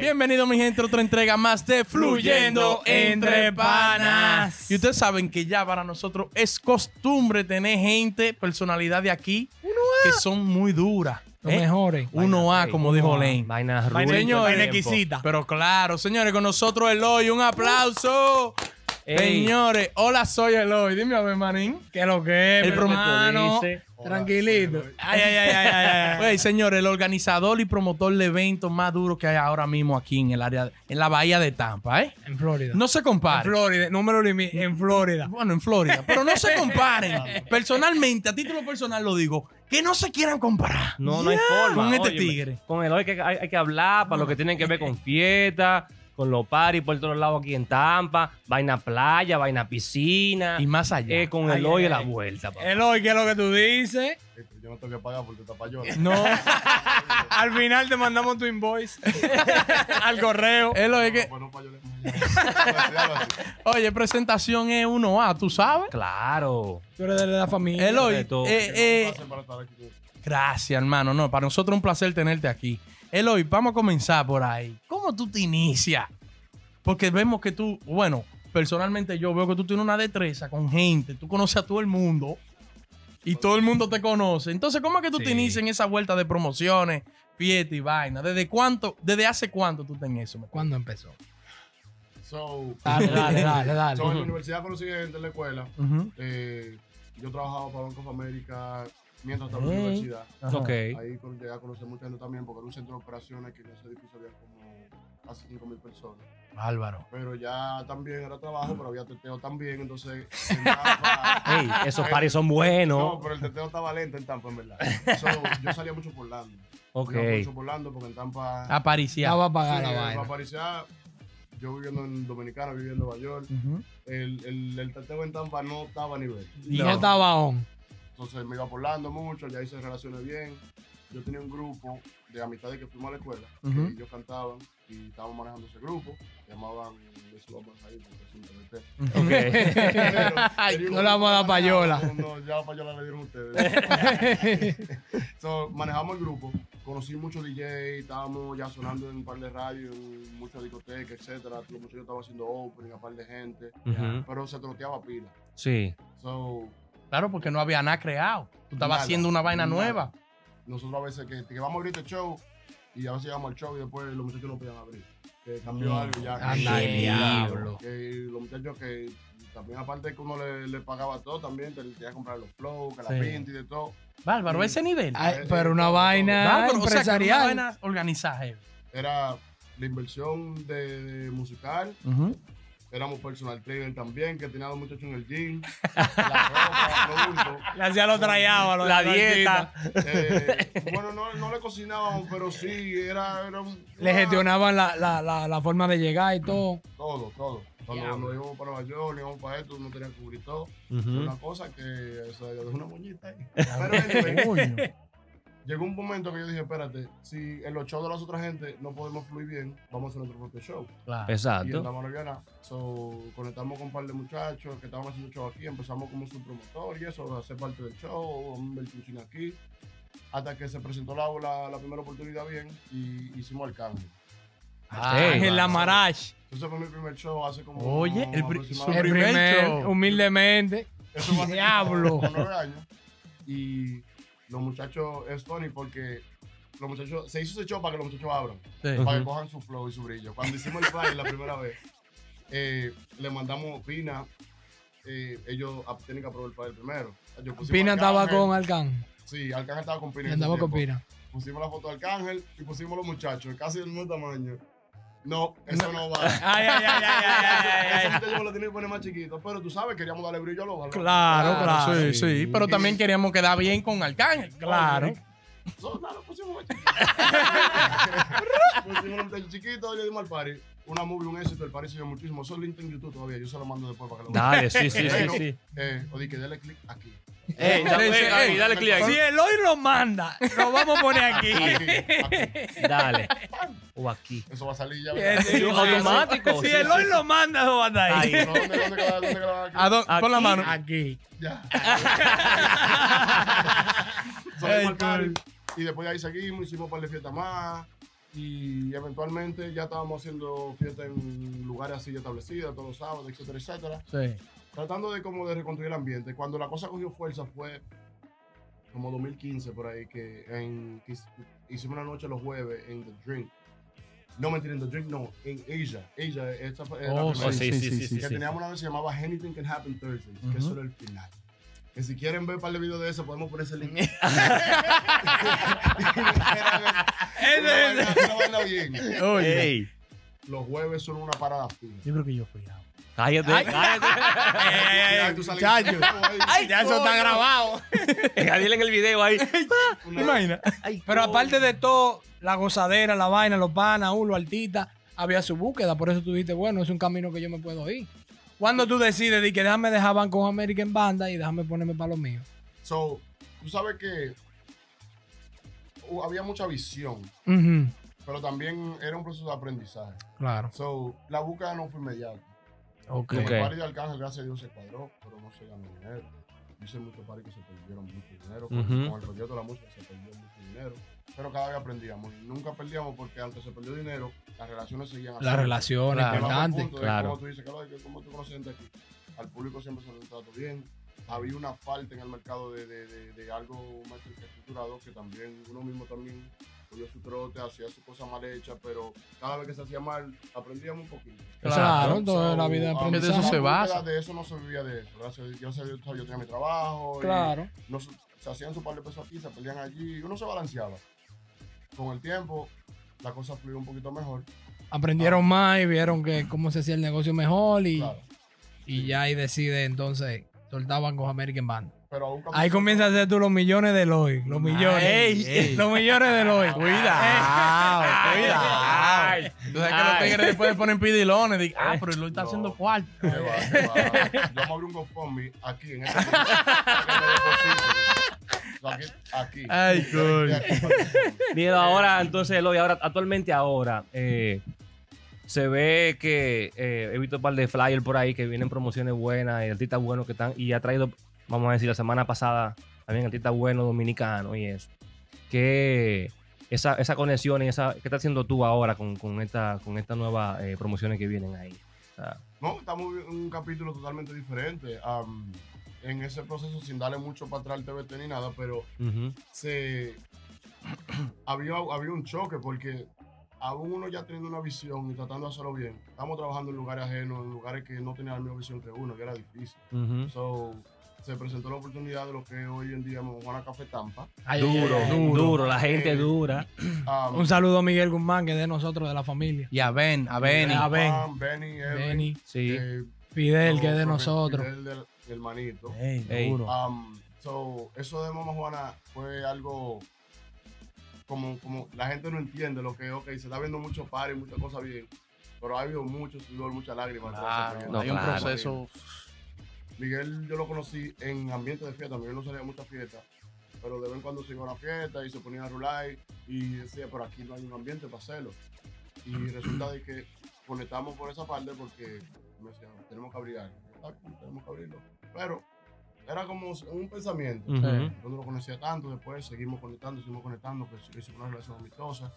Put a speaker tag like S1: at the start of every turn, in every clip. S1: Bienvenido mi gente a otra entrega más de Fluyendo entre Panas. Y ustedes saben que ya para nosotros es costumbre tener gente, personalidad de aquí, que son muy duras. ¿eh?
S2: Los mejores.
S1: Uno a
S3: Vaina,
S1: como
S3: uno
S1: dijo
S3: A.
S1: Lane.
S3: Vaina
S2: Vaina-
S3: ruin
S2: Señor,
S3: todo el
S2: vaina
S3: tiempo.
S2: exquisita.
S1: Pero claro, señores, con nosotros Eloy, un aplauso.
S3: Ey.
S1: Señores, hola, soy Eloy. Dime a ver, manín.
S2: ¿Qué es lo que es,
S1: El
S2: mi hermano?
S3: dice.
S2: Tranquilito. Ay, ay, ay, ay, ay, ay.
S1: Güey, señores, el organizador y promotor de eventos más duro que hay ahora mismo aquí en el área, en la bahía de Tampa, ¿eh?
S2: En Florida.
S1: No se
S2: en
S1: comparen.
S2: Florida. Número límite. En Florida.
S1: Bueno, en Florida. Pero no se comparen. Personalmente, a título personal lo digo, que no se quieran comparar.
S3: No, no hay forma.
S1: Con este
S3: Óyeme,
S1: tigre.
S3: Con el hoy que hay, hay que hablar para lo que tienen que ver con fiesta, con los paris por todos lados aquí en Tampa, vaina playa, vaina piscina.
S1: Y más allá.
S3: Eh, con
S2: Ay,
S3: el hoy
S2: ay,
S3: a la
S2: ay.
S3: vuelta,
S1: Eh.
S3: papá.
S2: Eloy, ¿qué es lo que tú dices?
S4: eh, Yo no tengo que pagar porque está payola.
S1: No.
S2: Al final te mandamos tu invoice al correo.
S1: Eloy, es que-
S4: Bueno, payola. Así.
S1: oye, presentación es 1A, ¿tú sabes?
S3: Claro.
S2: Tú eres de la familia.
S1: Eloy,
S3: de todo.
S1: eh, eh,
S4: Gracias por estar aquí.
S1: gracias, hermano. No, para nosotros es un placer tenerte aquí. Eloy, vamos a comenzar por ahí. ¿Cómo tú te inicias? Porque vemos que tú, bueno, personalmente yo veo que tú tienes una destreza con gente, tú conoces a todo el mundo y todo el mundo te conoce. Entonces, ¿cómo es que tú te
S3: Sí.
S1: inicias en esa vuelta de promociones, fiesta y vaina? ¿Desde cuánto, desde hace cuánto tú estás en eso?
S2: ¿Cuándo empezó?
S4: So,
S2: Dale, dale, dale, dale.
S4: so, en la universidad conocí gente en la escuela.
S1: Ujú.
S4: Eh, yo trabajaba para Banco of America mientras estaba en
S1: Ey.
S4: la universidad.
S1: Ajá.
S3: Ok.
S4: Ahí con- llegué a conocer mucha gente también porque era un centro de operaciones que en ese edificio había como casi 5.000 personas.
S1: Bárbaro.
S4: Pero ya también era trabajo, pero había teteo también, entonces... en Tampa-
S3: Ey, esos paris son buenos.
S4: No, pero el teteo estaba lento en Tampa, en verdad. So, yo salía mucho por Lando.
S3: ok.
S4: Iba mucho por Lando porque en Tampa...
S2: Ya
S1: Apariciado.
S2: va a pagar
S4: Sí,
S2: la
S4: eh,
S2: vaina.
S4: Valparaíso, yo viviendo en Dominicana, viviendo en Nueva York,
S1: Ujú.
S4: el, el, el teteo en Tampa no estaba a nivel.
S2: Y
S1: No.
S2: yo estaba on.
S4: Entonces me iba volando mucho, ya hice relaciones bien. Yo tenía un grupo de amistades que fuimos a la escuela,
S1: Ujú.
S4: que ellos cantaban y estábamos manejando ese grupo. Se llamaban de su vamos ahí, porque es un TBT.
S1: Ujú.
S3: Ok.
S4: Pero
S2: Ay,
S4: tenía un
S2: no le vamos a dar
S4: grupo que
S2: payola.
S4: manejaba- No, ya la payola le dieron ustedes. So, manejamos el grupo, conocí muchos DJ, estábamos ya sonando en un par de radios, en muchas discotecas, etcétera. Los muchachos estaban haciendo opening, a par de gente,
S3: Ujú.
S4: pero se troteaba pila.
S3: Sí.
S4: So,
S1: Claro, porque no había nada creado. Tú estabas
S4: Nada,
S1: haciendo una vaina
S4: nada.
S1: nueva.
S4: nosotros a veces que, que vamos a abrir este show y a veces llegamos al show y después los muchachos no podían abrir. Que cambió algo ya.
S2: Mm. Anda,
S4: que,
S2: el diablo.
S4: que los muchachos que también aparte de que uno le, le pagaba todo, también tenía que comprar los flows, que la
S1: Sí.
S4: pinta y de todo.
S2: Mm.
S4: Eh,
S1: Bárbaro, a ese nivel.
S2: Ay, pero una vaina
S1: Bárbaro, o
S2: Ah,
S1: sea, que era una
S2: empresarial.
S1: vaina organizada. heavy.
S4: Era la inversión de, de musical, éramos personal trainer también, que tenía a los muchachos en el gym, la ropa, los bultos.
S2: Le hacía lo trayaba, lo
S3: La
S2: de
S3: dieta.
S4: Eh, bueno, no, no le cocinábamos, pero sí, era, era un-
S2: Le
S4: una-
S2: gestionaban la, la, la, la forma de llegar y todo.
S4: todo, todo. Cuando
S3: Diablo.
S4: nos íbamos para Nueva York, nos íbamos para esto, no tenían que cubrir todo. Una cosa que, o sea, yo dejé una moñita ahí. Pero anyway,
S1: Coño.
S4: llegó un momento que yo dije, espérate, si en los shows de las otras gente no podemos fluir bien, vamos a hacer nuestro propio show.
S1: Claro.
S4: Y en la
S3: Exacto.
S4: Maraviana, so, conectamos con un par de muchachos que estaban haciendo show aquí, empezamos como su promotor y eso, a hacer parte del show, vamos a invertir un chin aquí, hasta que se presentó la, la, la primera oportunidad bien y hicimos el cambio.
S1: Ah,
S3: Ey,
S2: en la
S3: vamos.
S2: Marash.
S4: Entonces fue mi primer show hace como...
S1: Oye, el pri-
S4: aproximadamente-
S1: su
S2: El
S1: primer
S2: primer,
S1: show.
S2: humildemente.
S4: Eso fue hace
S2: Diablo.
S4: como nueve años. Y los muchachos, es funny porque los muchachos, se hizo ese show para que los muchachos abran,
S1: Sí.
S4: para
S3: Ujú.
S4: que cojan su flow y su brillo. Cuando hicimos el flyer la primera vez, eh, le mandamos Pina, eh, ellos a- tienen que aprobar el flyer primero. Yo pusimos
S2: Pina estaba
S4: Arcángel,
S2: con Alcán.
S4: Sí, Arcángel estaba con Pina. en
S2: Andaba
S4: ese
S2: con
S4: tiempo.
S2: Pina.
S4: Pusimos la foto de Arcángel y pusimos los muchachos, casi del mismo tamaño. No, eso no, va.
S2: Ay, ay, ay, ay,
S4: Ese muchacho me lo tiene que poner más chiquito, pero tú sabes, queríamos darle brillo a los balones.
S2: Claro,
S1: Claro,
S2: claro.
S1: sí, sí. Pero también queríamos quedar bien con Arcángel.
S2: Claro.
S4: So, nada, pusimos un chiquito. pusimos un muchacho chiquito, le dimos al party. Una movie, un éxito, el party se dio muchísimo. Eso es link en YouTube todavía, yo se lo mando después para que lo vean.
S3: Dale, sí, sí, sí,
S4: Bueno,
S3: sí.
S4: Eh, o di que dale click aquí.
S3: Ey,
S1: Sí, sí,
S3: dale,
S1: ey.
S3: dale click
S2: Si
S3: aquí.
S2: Eloy lo manda, lo vamos a poner aquí.
S4: Aquí, aquí.
S3: Dale. O aquí.
S4: Eso va a salir ya.
S2: Sí,
S4: ¿verdad?
S2: sí, sí.
S3: Automático,
S2: Si
S3: sí,
S2: Eloy lo manda, lo manda ahí.
S3: Ahí.
S4: No, ¿Dónde dónde queda? ¿Dónde queda? Aquí.
S1: ¿A dónde? Pon la
S3: Aquí,
S1: mano.
S2: Aquí.
S4: Ya.
S1: Ey,
S4: Salimos al party. Y después de ahí seguimos, hicimos un par de fiestas más. y eventualmente ya estábamos haciendo fiestas en lugares así ya establecidos, todos los sábados, etcétera, etcétera.
S5: Sí.
S4: Tratando de como de reconstruir el ambiente. Cuando la cosa cogió fuerza fue como 2015 por ahí, que, en, que hicimos una noche los jueves en The Drink. No, mentira, en The Drink no, en Asia. Asia, esta es la
S5: Oh,
S4: primera
S3: sí, sí, sí, sí,
S4: que
S3: sí.
S4: teníamos una vez que se llamaba Anything Can Happen Thursdays, que
S5: Ujú.
S4: eso era el final. Que si quieren ver un par de videos de eso, podemos poner ese link. una, vaina, una vaina bien.
S5: Oye,
S3: Ey.
S4: Los jueves son una parada fija.
S5: yo creo que yo fui. ah.
S3: Cállate,
S1: Ah,
S3: cállate.
S4: Ya, tú sales- Ay,
S1: ya eso está grabado.
S3: Dile en el video ahí.
S4: una-
S5: ¿Te imaginas?
S1: Pero aparte de todo, la gozadera, la vaina, los panas, uno, los artistas, había su búsqueda. Por eso tú dijiste, bueno, es un camino que yo me puedo ir. Cuando tú decides de que déjame dejar Banco of America en banda y déjame ponerme para lo mío.
S4: So, tú sabes que uh, había mucha visión,
S1: Ujú,
S4: pero también era un proceso de aprendizaje.
S1: Claro.
S4: So, la búsqueda no fue inmediata.
S1: Ok.
S3: Ok.
S4: El party de Arcángel, gracias a Dios, se cuadró, pero no se ganó dinero. Hice muchos paris que se perdieron mucho dinero. Con-
S3: Ujú.
S4: Con el proyecto de la música se perdió mucho dinero. Pero cada vez aprendíamos y nunca perdíamos porque aunque se perdió dinero, las relaciones seguían
S1: La relación,
S5: Claro.
S1: importante.
S3: Claro.
S4: Claro. Como tú dices, claro, que como tú conoces gente aquí, al público siempre se le trató bien. Había una falta en el mercado de, de, de, de algo más que estructurado que también uno mismo también cogió su trote, hacía su cosa mal hecha, pero cada vez que se hacía mal, aprendíamos un poquito.
S1: Claro,
S5: Claro,
S1: toda la vida de
S4: So,
S5: de eso
S1: aprendizaje.
S5: se
S4: la
S5: basa.
S4: búsqueda De eso no se vivía de eso. Gracias a Dios, gracias a Dios, yo tenía mi trabajo. y
S1: Claro.
S4: no se, se hacían su par de pesos aquí, se pelean allí. Uno se balanceaba. Con el tiempo, la cosa fluyó un poquito mejor.
S1: Aprendieron más y vieron que cómo se hacía el negocio mejor y,
S4: Claro.
S1: y ya ahí decide entonces soltar Banco of America en banda.
S4: Pero aún cuando-
S1: Ahí comienzas a hacer tú los millones de Eloy. Los millones.
S5: Ey, ey.
S1: Los millones de Eloy.
S5: Cuidado,
S3: Ay,
S5: cuidado.
S3: ay,
S5: Tú sabes que los
S3: ay.
S5: tigres después le ponen pidilones. dicen, ah, pero lo está
S4: No.
S5: haciendo cuarto.
S4: Qué va, qué va. Yo me abrí un GoFundMe aquí en este país. Aquí, aquí.
S5: Ay, coño.
S3: Mira, ahora, entonces, Eloy, ahora, actualmente ahora, eh, se ve que eh, he visto un par de flyers por ahí que vienen promociones buenas y artistas buenos que están, y ha traído, vamos a decir, la semana pasada también artistas buenos dominicanos y eso. Que esa, esa conexión y esa, ¿qué estás haciendo tú ahora con, con esta, con estas nuevas eh, promociones que vienen ahí? O sea,
S4: No, estamos en un capítulo totalmente diferente. Am, en ese proceso, sin darle mucho para atrás al TVT ni nada, pero
S3: ujú.
S4: se había, había un choque porque aún uno ya teniendo una visión y tratando de hacerlo bien, estamos trabajando en lugares ajenos, en lugares que no tenían la misma visión que uno, que era difícil.
S3: Ujú.
S4: So, se presentó la oportunidad de lo que hoy en día es Juana Café Tampa.
S1: Ay,
S3: Duro,
S1: ay, ay.
S3: duro, la gente
S4: Eh,
S3: dura.
S4: Am,
S1: Un saludo a Miguel Guzmán, que es de nosotros, de la familia.
S5: Y a Ben, a Ah, Benny.
S1: A Ben.
S4: Juan, Benny, Edwin,
S1: Benny,
S3: Sí.
S4: eh,
S1: Fidel, que es de
S4: profe-
S1: nosotros.
S4: Fidel del, del manito.
S5: Ey,
S3: Ey.
S5: duro.
S4: Um, so, eso de Mamá Juana fue algo como, como la gente no entiende lo que ok, se está viendo mucho par y muchas cosas bien, pero ha habido mucho sudor, muchas lágrimas.
S5: Claro,
S4: Entonces,
S3: no,
S5: hay un
S3: claro.
S5: proceso.
S4: Miguel yo lo conocí en ambiente de fiesta, Miguel no salía a muchas fiestas, pero de vez en cuando se iba a una fiesta y se ponía a rular y decía, pero aquí no hay un ambiente para hacerlo. Y resulta de que conectamos por esa parte porque me decían, tenemos que abrir algo. Yo, "Ah, Tenemos que abrirlo. Pero era como un pensamiento.
S3: Ujú.
S4: Yo no lo conocía tanto, después seguimos conectando, seguimos conectando, pues hicimos una relación amistosa,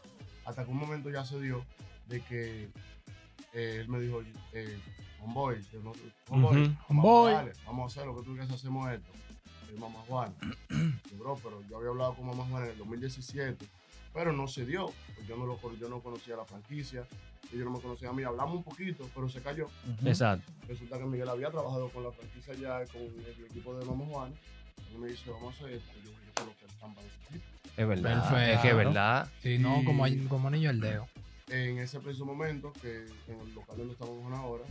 S4: hasta que un momento ya se dio de que eh, él me dijo, eh, homeboy, que no- homeboy,
S3: Ujú.
S4: vamos,
S1: Homeboy.
S4: a darle, vamos a hacer lo que tú quieras, hacemos esto. Y mamá Juana, yo, bro, pero yo había hablado con mamá Juana en el 2017, pero no se dio, pues yo no, lo, con- yo no conocía la franquicia, ellos no me conocían a mí, hablamos un poquito, pero se cayó.
S5: Ujú.
S3: Exacto.
S4: Resulta que Miguel había trabajado con la franquicia ya, con el equipo de Mamá Juana. Él me dice, vamos a hacer esto. Yo yo creo que el Tampa necesita.
S3: Es verdad.
S1: Perfecto.
S3: Es que es verdad.
S1: Sí, no,
S4: Y-
S1: como, como anillo al dedo.
S4: En ese preciso momento, que en el local donde estábamos ahora,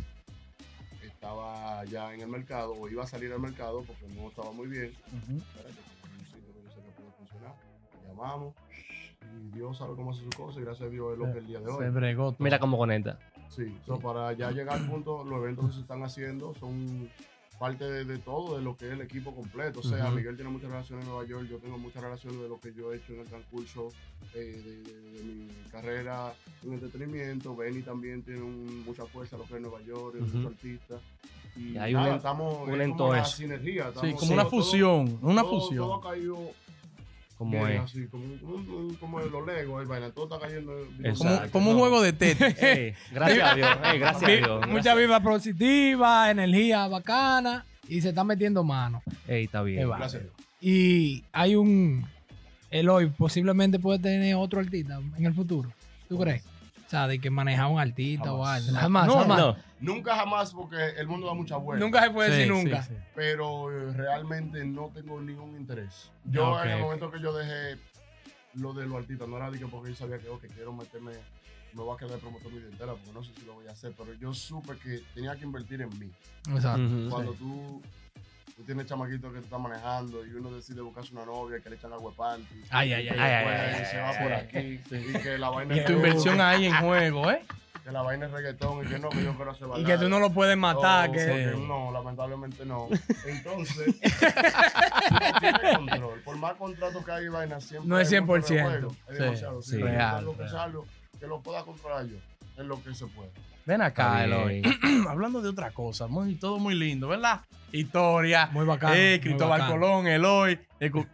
S4: estaba ya en el mercado, o iba a salir al mercado porque no estaba muy bien.
S5: Ujú.
S4: Espérate, que hay un sitio que yo sé que puede funcionar. Llamamos, y Dios sabe cómo hace su cosa, y gracias a Dios es lo que el día de
S5: Se
S4: hoy.
S5: bregó todo.
S3: Mira cómo conecta.
S4: Sí, so, para ya llegar al punto, los eventos que se están haciendo son parte de, de todo, de lo que es el equipo completo. O sea,
S3: Ujú.
S4: Miguel tiene muchas relaciones en Nueva York, yo tengo muchas relaciones de lo que yo he hecho en el transcurso eh, de, de- de mi carrera en entretenimiento. Benny también tiene un- mucha fuerza, lo que es Nueva York, es
S3: Ujú.
S4: muchos artistas. Y
S3: Y hay
S4: nada,
S3: un-
S4: estamos
S3: un
S4: es como una
S3: entonces.
S4: sinergia.
S5: Sí,
S4: estamos
S5: como una
S4: todo- todo-
S5: fusión. Una
S4: todo-
S5: fusión.
S4: Todo cayó
S3: como
S4: Bien,
S3: es.
S4: así, como, un- un- como los Legos, ahí vaina, todo está cayendo.
S5: Como,
S3: Exacto,
S5: como un
S3: no.
S5: juego de teto.
S3: Ey, gracias a Dios, ey, gracias a
S1: Vi-
S3: Dios.
S1: Mucha vibra positiva, energía bacana y se está metiendo mano.
S3: Ey, está bien.
S1: Eva.
S4: Gracias.
S1: Y hay un. Eloy posiblemente puede tener otro artista en el futuro. ¿Tú crees? O sea, de que maneja un artista o algo. Jamás,
S5: No,
S1: jamás.
S3: No,
S4: Nunca jamás, porque el mundo da muchas vueltas.
S1: Nunca se puede
S5: Sí,
S1: decir
S5: sí,
S1: nunca.
S5: sí.
S4: Pero eh, realmente no tengo ningún interés. Yo
S3: Ah, ok,
S4: en el
S3: ok.
S4: momento que yo dejé lo de los artistas, no era de que porque yo sabía que ok, quiero meterme, me voy a quedar promotor mi vida entera, porque no sé si lo voy a hacer, pero yo supe que tenía que invertir en mí.
S1: Exacto.
S5: Mm.
S3: ujú.
S4: Cuando tú, tú tienes chamaquitos que te están manejando y uno decide buscarse una novia que le echan agua de panty.
S1: Ay, ay,
S4: y
S1: ay.
S3: ay, ay,
S4: después
S3: ay,
S4: se
S3: ay,
S4: va
S3: ay,
S4: por
S3: ay.
S4: aquí y que la vaina
S5: Y
S4: es
S5: tu inversión
S4: rock,
S5: ahí en juego, ¿eh?
S4: que la vaina es reggaetón y que no que yo quiero hacer
S1: Y que tú no lo puedes matar.
S4: Oh,
S1: que...
S4: porque No, lamentablemente no. Entonces, no tiene control. Por más contratos que hay, y vaina, siempre.
S1: No es
S4: hay mucho
S1: 100%.
S4: revuelo. Es
S5: Sí,
S4: demasiado.
S3: sí,
S4: Sí,
S5: real,
S4: lo que
S5: real.
S4: salgo, que lo pueda controlar yo. Es lo que se puede.
S5: Ven
S3: Está
S5: acá, Eloy.
S3: bien.
S5: Hablando de otra cosa, muy, todo muy lindo, ¿verdad? Historia.
S1: Muy bacano.
S5: eh,
S1: muy
S5: Cristóbal
S1: bacano.
S5: Colón, Eloy. eh, cu-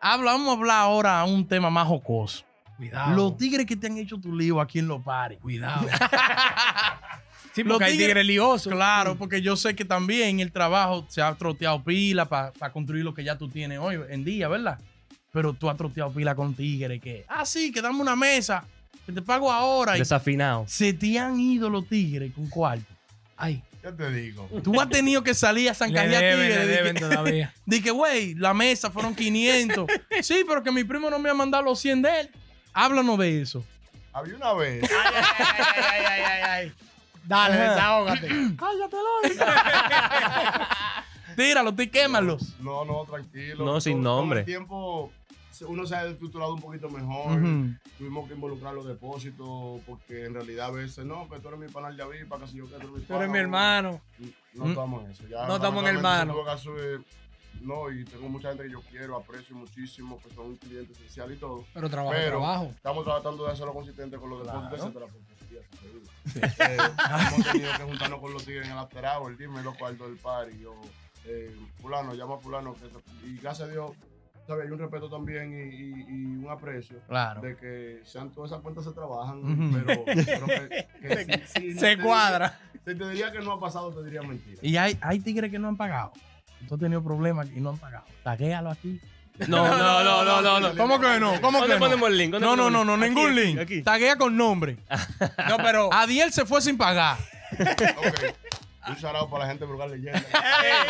S5: Habla, vamos a hablar ahora a un tema más jocoso.
S1: Cuidado.
S5: Los tigres que te han hecho tu lío aquí en los pares.
S1: Cuidado. sí,
S5: Los
S1: porque hay
S5: tigres-
S1: tigres liosos.
S5: Claro, porque yo sé que también el trabajo se ha troteado pila para construir lo que ya tú tienes hoy en día, ¿verdad? Pero tú has troteado pila con tigres que, ah, sí, que dame una mesa, que te pago ahora. Y
S3: Desafinado.
S5: se te han ido los tigres con cuarto.
S1: Ay,
S4: Ya te digo.
S5: Tú has tenido que salir a
S1: le
S5: zancajear
S1: deben, le
S5: tigres.
S1: deben
S5: Dije,
S1: todavía.
S5: dije, güey, la mesa fueron 500. sí, pero que mi primo no me ha mandado los 100 de él. Háblanos de eso.
S4: Había una vez.
S1: Dale,
S5: Ajá.
S1: desahógate.
S5: Tíralos, tú y quémalos.
S4: No, no, tranquilo.
S3: No,
S4: Con-
S3: sin
S4: con
S3: nombre.
S4: el tiempo, se- uno se ha estructurado un poquito mejor.
S5: Ujú.
S4: Tuvimos que involucrar los depósitos, porque en realidad a veces, no, que tú eres mi panal de avispa, que si yo que tú eres
S1: Tú
S4: mi
S1: eres
S4: pana,
S1: mi
S4: o-
S1: hermano.
S4: No
S5: Mm.
S4: estamos en eso. Ya,
S1: No estamos en
S4: lamentablemente,
S1: hermano.
S4: tuve que hacer- No, y tengo mucha gente que yo quiero, aprecio muchísimo, que son clientes esenciales y todo.
S1: Pero trabajo,
S4: Pero-
S1: trabajo.
S4: Estamos tratando de hacerlo consistente con los
S5: Claro.
S4: deportes, etcétera, porque sí, así se vive. Eh, hemos tenido que juntarnos con los tigres en el after hour, dime los cuartos del party. Yo, eh, fulano, llama a fulano. que se- y gracias a Dios, ¿sabes? Hay un respeto también y, y- y un aprecio.
S5: Claro.
S4: De que sean todas esas cuentas se trabajan,
S5: Ujú.
S4: pero, pero que, que si- si no te
S1: Se
S4: diría-
S1: cuadra.
S4: Si te diría que no ha pasado, te diría mentira.
S5: Y hay, hay tigres que no han pagado. Tú has tenido problemas y no han pagado. Taguéalo aquí.
S3: No, no, no, no, no. no.
S5: ¿Cómo que no? ¿Cómo
S3: ¿Dónde
S5: que no?
S3: ponemos el link? ¿Dónde
S5: No, no,
S3: ponemos
S5: no,
S3: el
S5: no,
S3: link?
S5: ningún
S3: Aquí,
S5: link.
S3: Aquí.
S5: Taguea con nombre.
S1: No, pero.
S5: Adiel se fue sin pagar.
S4: Ok. Un charado para la gente de Brugal Leyenda.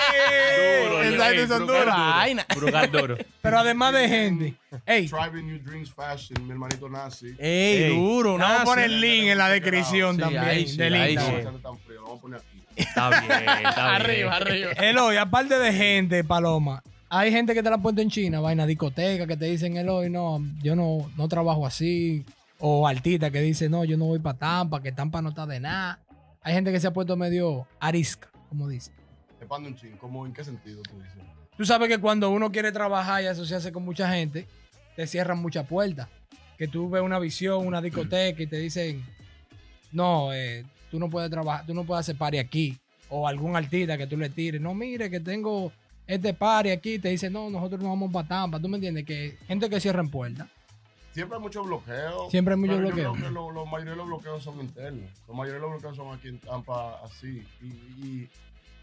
S3: Duro,
S5: Esa gente
S3: ey, Brugal
S5: son duras.
S3: duro.
S5: Vaina.
S3: Brugal duro.
S1: Pero además de gente. Ey,
S4: Driving New Dreams Fashion, mi hermanito Nazi.
S5: Ey,
S3: Ey.
S5: duro,
S1: vamos a
S5: nazi.
S1: poner el link en la descripción
S5: Sí,
S1: también.
S5: ahí sí,
S1: del
S5: ahí
S4: No,
S5: sí.
S1: Instagram.
S4: bastante tan frío, lo vamos a poner aquí.
S3: Está bien, está bien.
S5: arriba.
S1: Eloy, aparte de gente, Paloma, hay gente que te la puesto en China, vaina discoteca, que te dicen, Eloy, no, yo no, no trabajo así. O artista que dice, no, yo no voy para Tampa, que Tampa no está de nada. Hay gente que se ha puesto medio arisca, como dice.
S4: Te pando un chin, ¿cómo, ¿en qué sentido tú dices?
S1: Tú sabes que cuando uno quiere trabajar y asociarse con mucha gente, te cierran muchas puertas. Que tú ves una visión, una discoteca y te dicen, no, eh, tú no puedes trabajar, tú no puedes hacer party aquí. O algún artista que tú le tires, no, mire que tengo este party aquí, y te dicen, no, nosotros no vamos para Tampa. ¿Tú me entiendes? Que gente que cierran puertas.
S4: Siempre hay mucho bloqueo.
S1: Siempre hay mucho
S4: pero
S1: bloqueo.
S4: Yo creo que lo- los mayores de los bloqueos son internos. Los mayores de los bloqueos son aquí en Tampa, así. Y, y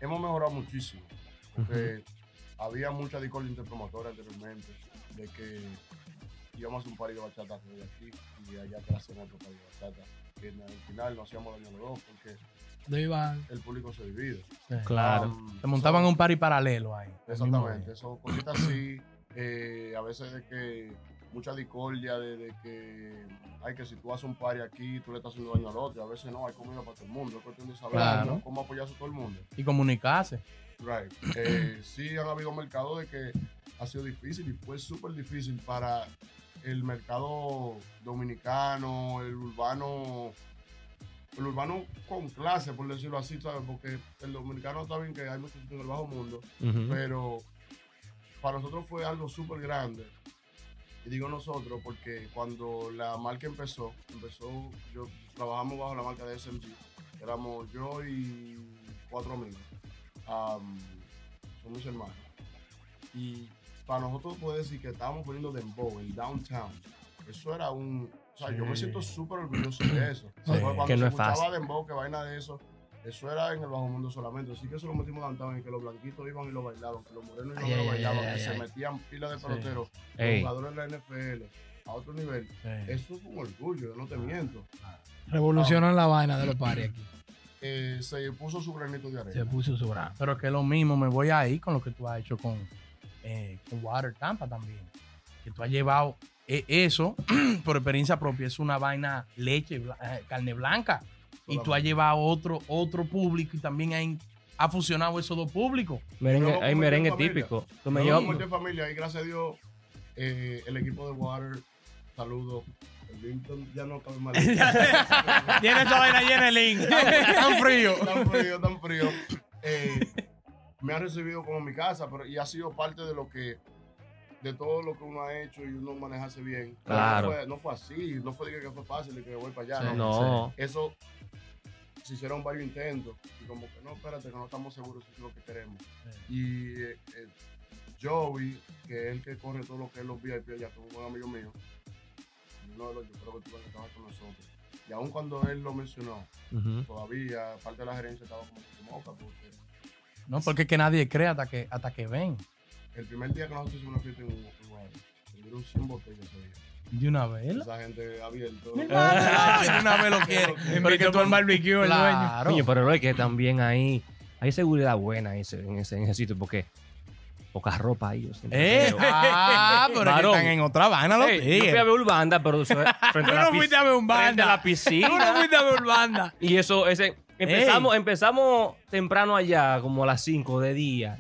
S4: hemos mejorado muchísimo. Porque había mucha discordia interpromotora anteriormente. De que íbamos a hacer un par de bachata de aquí y allá te hacen otro par de bachata. Que en- al final no hacíamos daño a los dos porque
S1: Yo iba-
S4: el público se divide.
S3: Claro.
S4: Um,
S5: Se montaban
S4: so-
S5: un party paralelo ahí.
S4: Exactamente, eso, cositas así, eh, a veces de que mucha discordia, de, de que hay que si tú haces un party aquí, tú le estás haciendo daño al otro, y a veces no, hay comida para todo el mundo, es cuestión de saber
S5: Claro.
S4: ¿no? cómo apoyarse a todo el mundo.
S5: Y comunicarse.
S4: Right. Eh, sí han habido mercados de que ha sido difícil y fue súper difícil para el mercado dominicano, el urbano, el urbano con clase, por decirlo así, ¿sabes? Porque el dominicano está bien que hay muchos sitios en el bajo mundo,
S3: Ujú.
S4: pero para nosotros fue algo súper grande. Y digo nosotros porque cuando la marca empezó, empezó, yo trabajamos bajo la marca de SMG. Éramos yo y cuatro amigos. Am, son mis hermanos. Y para nosotros poder decir que estábamos poniendo dembow en downtown, eso era un. O sea, yo me
S5: Sí.
S4: siento súper orgulloso de eso. O sea,
S5: Sí.
S4: cuando
S3: Que
S4: se
S3: no es
S4: escuchaba
S3: fácil.
S4: dembow, que vaina de eso, eso era en el bajo mundo solamente. Así que eso lo metimos downtown, en que los blanquitos iban y lo bailaban, que los morenos iban
S5: Ay,
S4: y
S5: ay,
S4: lo bailaban,
S5: ay,
S4: que
S5: ay,
S4: se
S5: ay.
S4: metían pilas de peloteros, los
S3: Ey.
S4: jugadores de la NFL, a otro nivel. Eso fue un orgullo, yo no te miento.
S1: Revolucionan la vaina de los pares aquí.
S4: Eh, se puso su granito de arena.
S1: Se puso su brazo.
S5: Pero que es lo mismo, me voy ahí con lo que tú has hecho con, eh, con Water Tampa también. Que tú has llevado eh, eso por experiencia propia, es una vaina leche, bla- eh, carne blanca. Y tú has llevado otro, otro público y también hay- ha fusionado esos dos públicos.
S3: Merengue-
S4: Luego,
S3: hay
S4: como
S3: merengue
S4: tiene familia.
S3: típico. Tú me
S4: Me
S3: llevas-
S4: llevo mucha familia y gracias a Dios eh, el equipo de Water, saludos. El Linton ya no cabe mal. tan
S1: Tiene esa vaina llena de link.
S5: Tan frío.
S4: frío, tan frío. Eh, me ha recibido como en mi casa pero, y ha sido parte de lo que de todo lo que uno ha hecho y uno manejarse bien.
S3: Claro.
S4: No fue, no fue así, no fue de que fue fácil de que voy para allá.
S5: Sí.
S4: ¿no?
S3: No.
S4: Eso se hicieron varios intentos y como que no, espérate, que no estamos seguros si es lo que queremos. Y eh, eh, Joey, que es el que corre todo lo que es los VIP, ya tuvo un buen amigo mío. Uno de los, yo creo que tuvo que trabajar con nosotros. Y aun cuando él lo mencionó,
S3: Ujú.
S4: todavía parte de la gerencia estaba como que moca, porque
S5: No, porque es que nadie cree hasta que, hasta que ven.
S4: el primer día que nosotros hicimos una fiesta en un en un bar, se dieron 100 botellas ese día.
S5: De una vez.
S4: Esa gente Ah, abierta.
S5: Ay, de una vez lo quiere.
S4: Me
S5: ah, Pero es que tú
S1: al barbecue el dueño.
S5: Claro.
S3: Coño, pero es que también ahí hay seguridad buena en ese, en ese, en ese sitio porque poca ropa ahí. yo siempre
S5: Eh,
S3: veo.
S5: ah, pero es que
S3: Varón.
S5: están en otra vaina los
S3: Ey, yo fui a
S5: tigres.
S3: ver Urbanda, pero eso es frente,
S1: Tú
S3: a, la
S1: no
S3: pis-
S1: fuiste a ver un
S3: frente a la
S1: banda.
S3: piscina.
S1: Tú no fuiste a ver un banda.
S3: Y eso, ese. Empezamos, empezamos temprano allá, como a las 5 de día.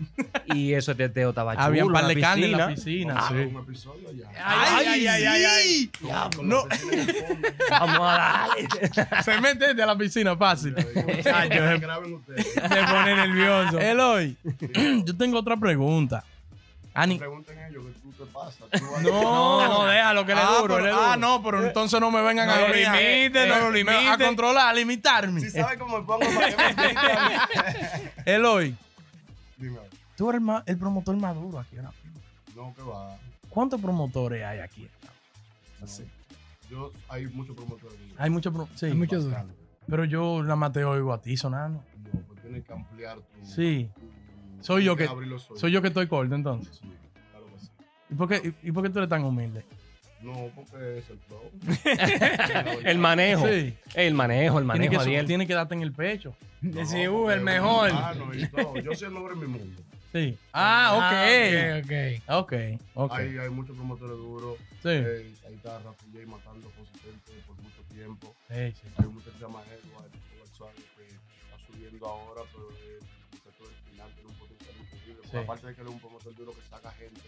S3: Y eso teteo estaba chulo.
S5: Había un par
S3: la
S5: de carne en la
S3: piscina.
S5: piscina.
S4: Ah,
S5: sí.
S4: un episodio allá.
S1: Ay, ay, ay, ay, ay.
S4: Con la piscina en el fondo.
S3: Vamos a darle.
S5: Se mete desde la piscina fácil.
S4: Muchachos, graben ustedes.
S1: Se pone nervioso.
S5: Eloy, yo tengo otra pregunta. Ani-
S4: Pregunten ellos que tú te pasas. tú vas-
S1: No, no, déjalo que le
S5: ah,
S1: duro.
S5: pero-
S1: le duro. Eh,
S5: ah, no, pero entonces no me vengan
S1: No
S5: a
S1: lo
S5: venir a- eh,
S1: limiten, no lo
S5: me- A
S1: limiten.
S5: controlar, a limitarme.
S4: Si sabes cómo me pongo para que me digan.
S5: Eloy,
S4: Dime,
S5: tú eres el, ma- el promotor más duro aquí. ahora mismo.
S4: no, que va.
S5: ¿Cuántos promotores hay aquí?
S4: No. Yo, hay muchos promotores.
S5: Hay muchos pro- sí,
S1: Hay muchos.
S4: Bastante.
S5: Pero yo nada más te oigo a ti sonando.
S4: No, pues tienes que ampliar tu.
S5: Sí.
S4: tu-
S5: Soy yo
S4: tienes
S5: que-
S4: abrir los ojos.
S5: Soy yo que estoy corto entonces.
S4: Sí, claro que sí.
S5: ¿Y por qué, y, y por qué tú eres tan humilde?
S4: No, porque es el flow.
S3: El manejo.
S5: Sí.
S3: El manejo, el
S5: Tienes
S3: manejo,
S5: que, su-
S3: Adiel.
S5: tienes que darte en el pecho.
S4: No,
S1: Sí, uh,
S4: porque
S1: el
S4: es
S1: mejor.
S4: humano y todo. Yo soy el mejor en mi mundo.
S5: Sí. Ah,
S1: Ah, ok, ok.
S5: ok. Ok, ok.
S4: Hay, hay muchos promotores duros.
S5: Sí.
S4: Eh, ahí está Rafi J matando consistente por mucho tiempo.
S5: Sí, sí.
S4: Hay un muchacho que se llama Edward, Edward Suárez, que está subiendo ahora, pero es un muchacho del final, tiene un potencial increíble.
S5: Sí.
S4: Porque Aparte de que él es un promotor duro que saca gente,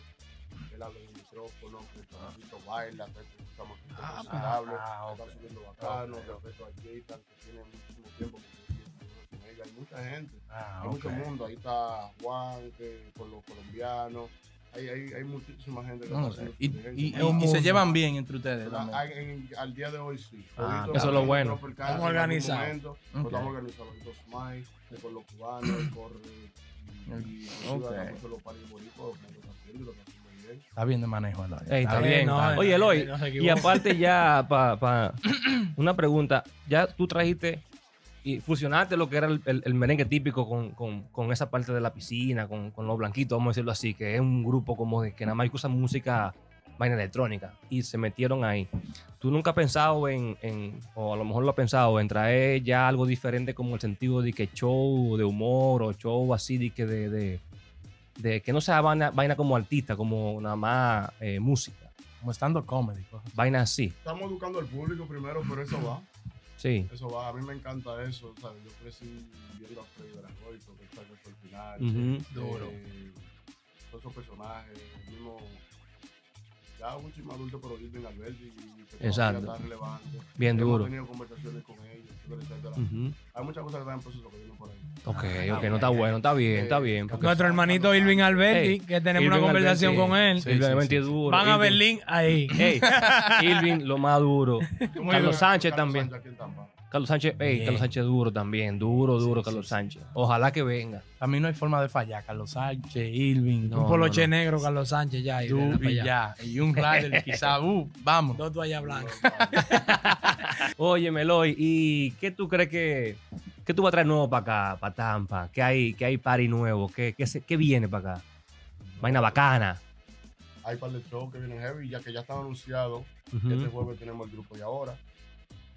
S4: él habla en el micrófono, que el chamaquito baila, que el chamaquito es
S5: Ah, pero-
S4: considerable,
S5: ah,
S4: que
S5: ok.
S4: está subiendo bacano,
S5: Ok, ok.
S4: respeto a Jaytan, que tiene muchísimo tiempo que tiene tiene con ella. Hay mucha gente,
S5: Ah,
S4: hay
S5: ok.
S4: mucho mundo. Ahí está Juan, que con los colombianos. Hay, hay, hay muchísima gente que
S5: No,
S4: está haciendo su
S5: y,
S4: diligencia.
S5: y- y-
S4: Es
S5: y
S4: un
S5: se
S4: mundo.
S5: llevan bien entre ustedes.
S4: La-
S5: también.
S4: en- en- al día de hoy sí.
S3: Ah,
S4: Ahorita
S3: eso es lo bueno.
S4: Tropical Cancer
S1: Estamos
S4: en algún
S1: organizados.
S4: momento, pero
S5: Ok.
S4: Estamos organizados. Entonces, Mike, con los cubanos, corre. Y, y
S5: Ok.
S4: ayuda mucho los paris boricuas, lo que está haciendo y lo que está haciendo bien.
S5: Está bien de manejo, Eloy.
S3: Ey, está bien.
S1: no,
S5: está
S1: no,
S3: Oye, Eloy,
S1: no se
S3: y
S1: equivoque.
S3: aparte ya, pa, pa- una pregunta. Ya tú trajiste y fusionaste lo que era el, el- el merengue típico con, con- con esa parte de la piscina, con, con los blanquitos, vamos a decirlo así, que es un grupo como de que nada más usa música, vaina electrónica, y se metieron ahí. ¿Tú nunca has pensado en, en- o a lo mejor lo has pensado, en traer ya algo diferente como el sentido de que show de humor o show así de que de... de- de que no sea vaina, vaina como artista, como nada más eh, música,
S5: Como estando comedy. cosas.
S3: vaina así.
S4: Estamos educando al público primero, pero eso va.
S3: Sí.
S4: Eso va. A mí me encanta eso. ¿sabes? Yo crecí viendo a Freddy Dragoy, porque está que fue el final.
S3: Ujú.
S5: Duro.
S4: Eh, todos esos personajes, el mismo. Ya mucho más adulto, pero Irving Alberti, que todavía
S3: Exacto.
S4: está relevante.
S3: Bien
S4: Hemos
S3: duro. Mm.
S4: tenido conversaciones con ellos, etcétera.
S3: Ujú.
S4: Hay muchas cosas que están en proceso que vienen por ahí.
S3: Ok, ok, no está bueno, eh, está bien, está bien. porque-
S1: Nuestro hermanito Irving Alberti,
S3: Ey,
S1: que tenemos
S3: Irving
S1: una conversación
S3: Alberti,
S1: con él.
S5: sí,
S3: Irving
S5: sí,
S3: Alberti
S5: sí,
S3: es
S5: sí.
S3: duro.
S1: Van a
S3: Irving-
S1: Berlín ahí.
S3: Ey, Irving, lo más duro.
S4: Muy
S3: Carlos
S4: bien.
S3: Sánchez
S4: Carlos
S3: también.
S4: Sánchez aquí en Tampa.
S3: Carlos Sánchez, ey,
S5: Bien.
S3: Carlos Sánchez duro también, duro, duro
S5: Sí,
S3: Carlos
S5: sí, sí.
S3: Sánchez. Ojalá que venga.
S5: A mí no hay forma de fallar. Carlos Sánchez, Irving,
S3: No,
S1: un poloche
S3: no,
S1: negro, Carlos Sánchez, ya. Y,
S5: tú
S1: de la pa'
S5: y
S1: allá.
S5: ya. Y un rider quizá. Uh, vamos.
S1: Dos toallas blancas.
S3: Oye, Meloy, ¿y qué tú crees que, que tú vas a traer nuevo para acá, para Tampa? ¿Qué hay, qué hay party nuevo? ¿Qué, qué, se- qué viene para acá? Vaina bacana.
S4: Hay par de shows que vienen heavy, ya que ya están anunciados.
S3: Ujú.
S4: Este jueves tenemos el grupo de ahora.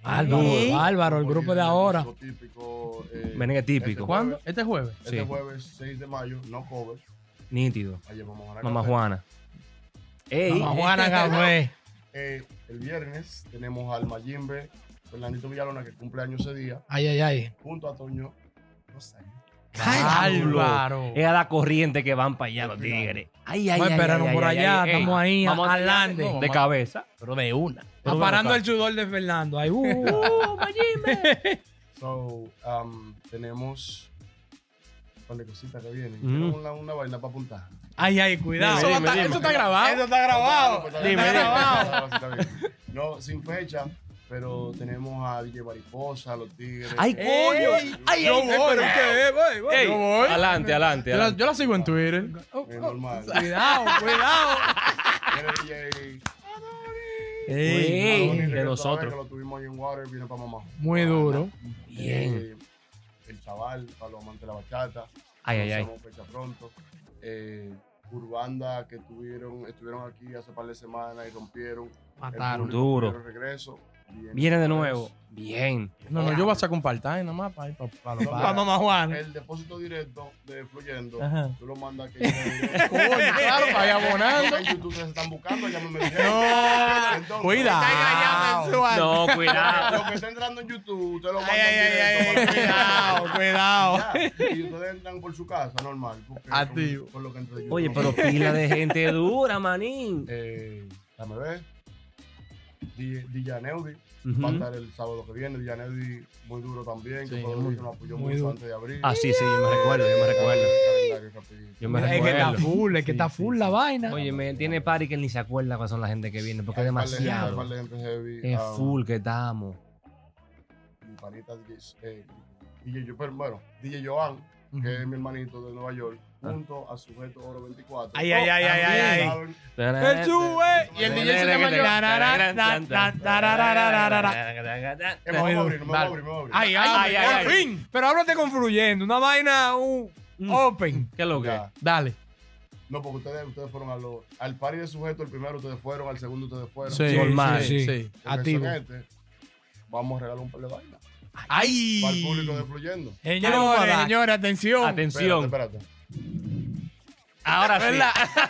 S1: Álvaro,
S5: ¿Eh?
S1: Ah, Álvaro, el grupo de ahora.
S4: Disco Típico. eh,
S3: Merengue típico,
S4: Juan-
S5: ¿Cuándo? Este jueves.
S4: este
S3: sí.
S4: jueves 6 de mayo, no cover.
S3: nítido.
S4: Ayer vamos a ganar
S3: Mamá
S4: café.
S3: Juana. Ey,
S1: Mamá Juana Gabriel.
S4: Eh, el viernes tenemos al Mayimbe, Fernandito Villalona, que cumple años ese día,
S1: Ay, ay, ay.
S4: junto a Toño Rosario.
S3: Diablo.
S5: Álvaro.
S1: Eh,
S3: Es a la corriente que van para allá los
S4: Al final.
S3: tigres. Ay, ay,
S1: Vamos
S3: ay,
S1: a esperar
S3: ay, ay,
S1: por
S3: ay,
S1: allá,
S3: ay, ey.
S1: estamos ahí,
S3: Vamos a tirarle
S1: adelante.
S3: De cabeza.
S5: Pero de una.
S3: Pero ven
S1: Aparando
S3: acá.
S1: el sudor de Fernando. Ahí, uh,
S4: So, um, tenemos un par de cositas que vienen.
S3: Mm.
S4: Tenemos Una, una vaina para apuntar.
S1: ay, ay, cuidado.
S3: Dime,
S1: Eso va a estar-
S3: dime.
S1: eso está grabado. Eso está grabado.
S4: Pues, está
S3: Dime,
S4: bien,
S3: dime.
S4: está bien, está bien. No, sin fecha, pero tenemos a DJ Mariposa, los Tigres. Eh,
S3: Ay,
S1: Ey,
S3: coño. Ay,
S1: yo
S3: ay,
S1: voy, pero
S5: eh,
S1: usted, voy, voy,
S3: Ey,
S1: yo voy.
S3: adelante, adelante.
S5: Yo la,
S3: adelante.
S5: yo la sigo en Twitter.
S1: Oh,
S4: Es
S1: oh,
S4: normal.
S1: Cuidado, cuidado.
S4: Viene DJ
S5: Ey.
S3: Ey,
S4: Madonna y
S3: de
S4: Reggaeton,
S3: nosotros.
S4: Que lo tuvimos ahí en Water, viene para mamá. Ah,
S1: Muy duro.
S3: Bien.
S4: Eh, el chaval, para los amantes de la bachata.
S3: Ay, ay, ay.
S4: Hacemos fecha pronto. Eh, Urbanda que tuvieron, estuvieron aquí hace par de semanas y rompieron. El
S1: Mataron.
S4: público
S3: Duro.
S4: quiere Regreso.
S3: Viene de nuevo. Bien.
S5: No, no, yo voy a sacar un part-time nomás para ir para, los
S4: No,
S1: Para
S5: padres.
S1: mamá Juana.
S4: El depósito directo de Fluyendo,
S5: Ajá.
S4: tú lo mandas que yo-
S5: Coño, claro, para ir abonando.
S4: En YouTube se están buscando, ya me
S5: No,
S4: Entonces,
S5: cuidado.
S3: No, cuidado.
S4: Lo que está entrando en YouTube, usted lo manda
S1: Ay, ay, ay, ay,
S4: directo para
S1: cuidado, cuidado.
S4: Ya, Y ustedes entran por su casa, normal. porque con-
S5: Activo.
S4: con lo que entra YouTube.
S3: Oye, pero pila de gente dura, manín.
S4: Eh, dame ver. Di- Dillaneudi
S3: Ujú.
S4: va a estar el sábado que viene. Dillaneudi muy duro también, que
S5: Sí,
S4: fue
S5: muy-
S4: que nos apoyó
S1: muy
S4: mucho
S1: duro.
S4: antes de abrir.
S3: Ah, sí, sí, yo me recuerdo, yo me recuerdo. Yo me
S1: Es que está
S3: recuerdo.
S1: full, es que está full la vaina.
S3: Oye, me tiene party que él ni se acuerda cuáles son la gente que viene, porque es
S4: Hay par de gente- hay par
S3: demasiado.
S4: de gente heavy,
S3: Es
S4: ah,
S3: full que estamos.
S4: mi panita DJ, eh, DJ yo- pero bueno, DJ Joan, que es mi hermanito de Nueva York,
S3: Ah.
S4: junto a Sujeto Oro 24.
S1: Ay, ay, ay, ay, ay, ay.
S4: Saben,
S1: El sube y el DJ se llama yo.
S4: eh, me voy a
S1: Muy
S4: abrir, me voy a
S5: dale.
S4: abrir, me voy a abrir.
S1: Ay, ay,
S3: Ay, ay,
S1: ay, por
S3: ay.
S1: fin. Pero háblate con Fluyendo, una vaina un
S3: Mm.
S1: open.
S3: ¿Qué es lo que?
S4: Ya.
S5: Dale.
S4: No, porque ustedes, ustedes fueron a lo- al party de Sujeto, el primero ustedes fueron, al segundo ustedes fueron.
S5: Sí,
S3: normal.
S5: sí,
S1: Sí.
S5: sí.
S4: Entonces,
S1: activo.
S4: en este, vamos a regalar un par de vainas
S5: ¡Ay!
S4: para el público de Fluyendo.
S1: Señores, señores, atención.
S3: Atención.
S4: Espérate, espérate.
S3: Ahora sí.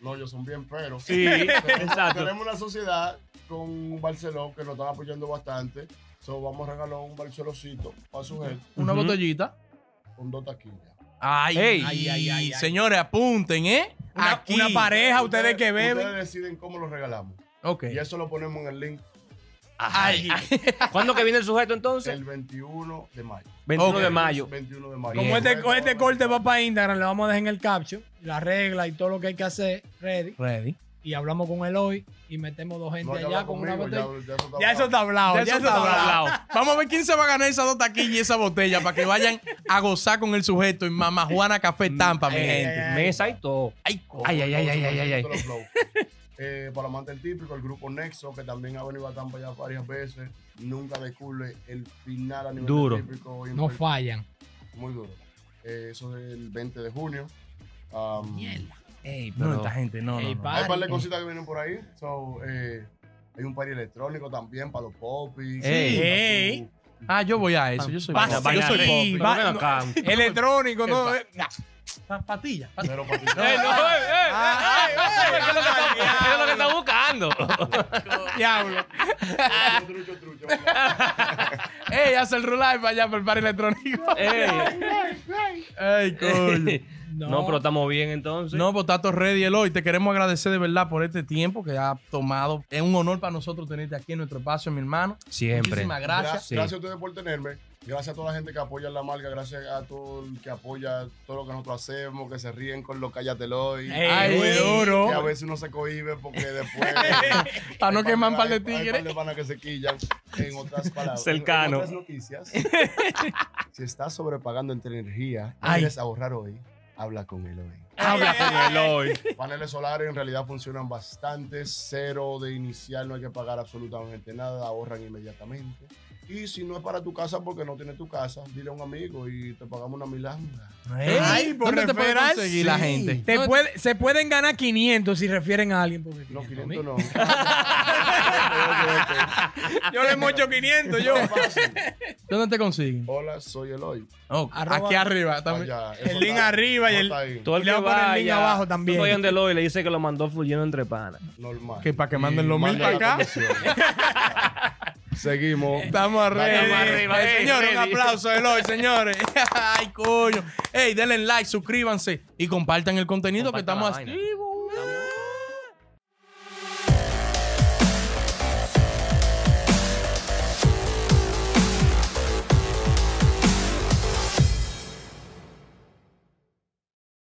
S4: No, ellos son bien pero.
S3: Sí,
S1: Ah,
S3: exacto.
S4: Tenemos una sociedad con un Barceló que nos están apoyando bastante. So, vamos a regalar un Barcelocito para Sujeto
S5: Una
S3: Ujú.
S5: botellita.
S4: con dos taquillas.
S5: Ay,
S3: Ey.
S5: ay, ay, ay, ay. señores, apunten, ¿eh?
S1: Una,
S5: Aquí.
S1: una pareja, ustedes que beben.
S4: Ustedes deciden cómo lo regalamos.
S5: Ok.
S4: Y eso lo ponemos en el link
S5: Ay,
S3: ¿Cuándo que viene el sujeto entonces?
S4: el 21 de mayo.
S3: 21 de
S5: Ok.
S3: mayo.
S4: 21 de mayo.
S1: Como
S3: Bien.
S1: este, este corte va para Instagram, le vamos a dejar en el caption la regla y todo lo que hay que hacer, ready.
S5: ready.
S1: Y hablamos con él hoy y metemos dos gente
S4: No,
S1: allá
S4: ya habla
S1: con una
S4: conmigo, ya,
S1: botella.
S4: ya eso está
S1: Ya eso está hablado, ya, eso está hablado.
S5: Vamos a ver quién se va a ganar esas dos taquillas y esa botella para que vayan a gozar con el sujeto en Mamá Juana Café Tampa, mi
S3: Eh,
S5: gente.
S3: Mesa y todo.
S5: Ay, co-
S3: Ay, ay, ay, ay, ay, ay, ay.
S4: Los flow. Eh, para amante el típico, el grupo Nexo, que también ha venido a Tampa ya varias veces, nunca descubre el final a nivel del
S3: Duro.
S4: típico.
S1: No fallan.
S4: Muy duro. Eh, eso es el 20 de junio. Um,
S3: Ey,
S5: No,
S3: pero.
S5: esta gente, no.
S1: Ey,
S5: no, no.
S1: pa-
S4: hay un par de
S1: Ay.
S4: cositas que vienen por ahí. So, eh, hay un party electrónico también para los popis.
S3: Ey.
S4: Para
S1: Ey.
S4: tú.
S5: Ah, yo voy a eso. Yo soy
S1: Pasa,
S5: pop, Yo soy
S1: pasa.
S5: pop.
S1: Sí, va- no. Electrónico, no. eh, nah.
S5: Pa- Patilla. patilla.
S4: Pero para ti-
S3: Ey, no, ey, ey,
S5: Ah,
S3: ey, ey, ¿qué es lo que está- qué es lo que está buscando?
S1: Diablo.
S4: trucho, trucho.
S5: Ey, hace el roulette para allá, para el par electrónico.
S3: Ey.
S5: Ay, coño.
S3: No, pero estamos bien entonces.
S5: No, pues está todo ready, Eloy. Te queremos agradecer de verdad por este tiempo que ha tomado. Es un honor para nosotros tenerte aquí en nuestro espacio, mi hermano.
S3: Siempre.
S5: Muchísimas
S4: Gra-
S5: gracias.
S3: Sí.
S4: Gracias a ustedes por tenerme. Gracias a toda la gente que apoya la marca. Gracias a todo el que apoya todo lo que nosotros hacemos, que se ríen con los cállatelos. y
S1: Ey,
S5: Ay,
S1: güey.
S5: duro.
S4: Que a veces uno se cohibe porque después.
S5: Para no
S4: hay
S5: quemar un par de
S4: hay- hay
S5: tigres.
S4: par de panas que se quillan. En otras palabras.
S3: Cercano.
S4: En otras noticias. si estás sobrepagando en tu energía, y
S1: Ay.
S4: quieres ahorrar hoy, habla con él hoy.
S3: Habla con Eloy.
S4: Paneles solares en realidad funcionan bastante, cero de inicial, no hay que pagar absolutamente nada, ahorran inmediatamente. Y si no es para tu casa porque no tienes tu casa, dile a un amigo y te pagamos una milanga.
S5: Ey,
S1: Ay, por
S5: ¿Dónde te puede
S1: referral,
S5: conseguir la
S4: sí.
S5: gente?
S1: Te puede- se pueden ganar 500 si refieren a alguien. Porque
S4: No,
S1: 500 mil.
S4: 500 no. Ok,
S1: Yo le mocho 500, yo.
S4: ok, ok. Fácil.
S5: ¿Dónde te consiguen?
S4: Hola, soy Eloy.
S5: Oh,
S1: Arroba-
S5: aquí arriba también.
S4: Allá, eso
S1: El link
S4: está-
S1: arriba y
S4: no
S1: el.
S4: está ahí,
S3: Todo el
S1: Y le
S3: que
S1: va a poner el link
S3: vaya,
S1: abajo también.
S3: Yo voy donde Eloy y le dice que lo mandó fluyendo entre panas.
S4: normal.
S5: Que para que manden los
S4: Y
S5: mil
S4: mande
S5: para
S4: la
S5: acá.
S4: comisión. Seguimos.
S5: Eh, Estamos arriba.
S3: Estamos arriba,
S5: Eh,
S3: eh,
S5: señores, un
S3: ready.
S5: aplauso, Eloy, señores. Ay, coño. Ey, denle like, suscríbanse y compartan el contenido
S3: Compartan
S5: que
S3: la
S5: estamos
S3: vaina.
S5: activos.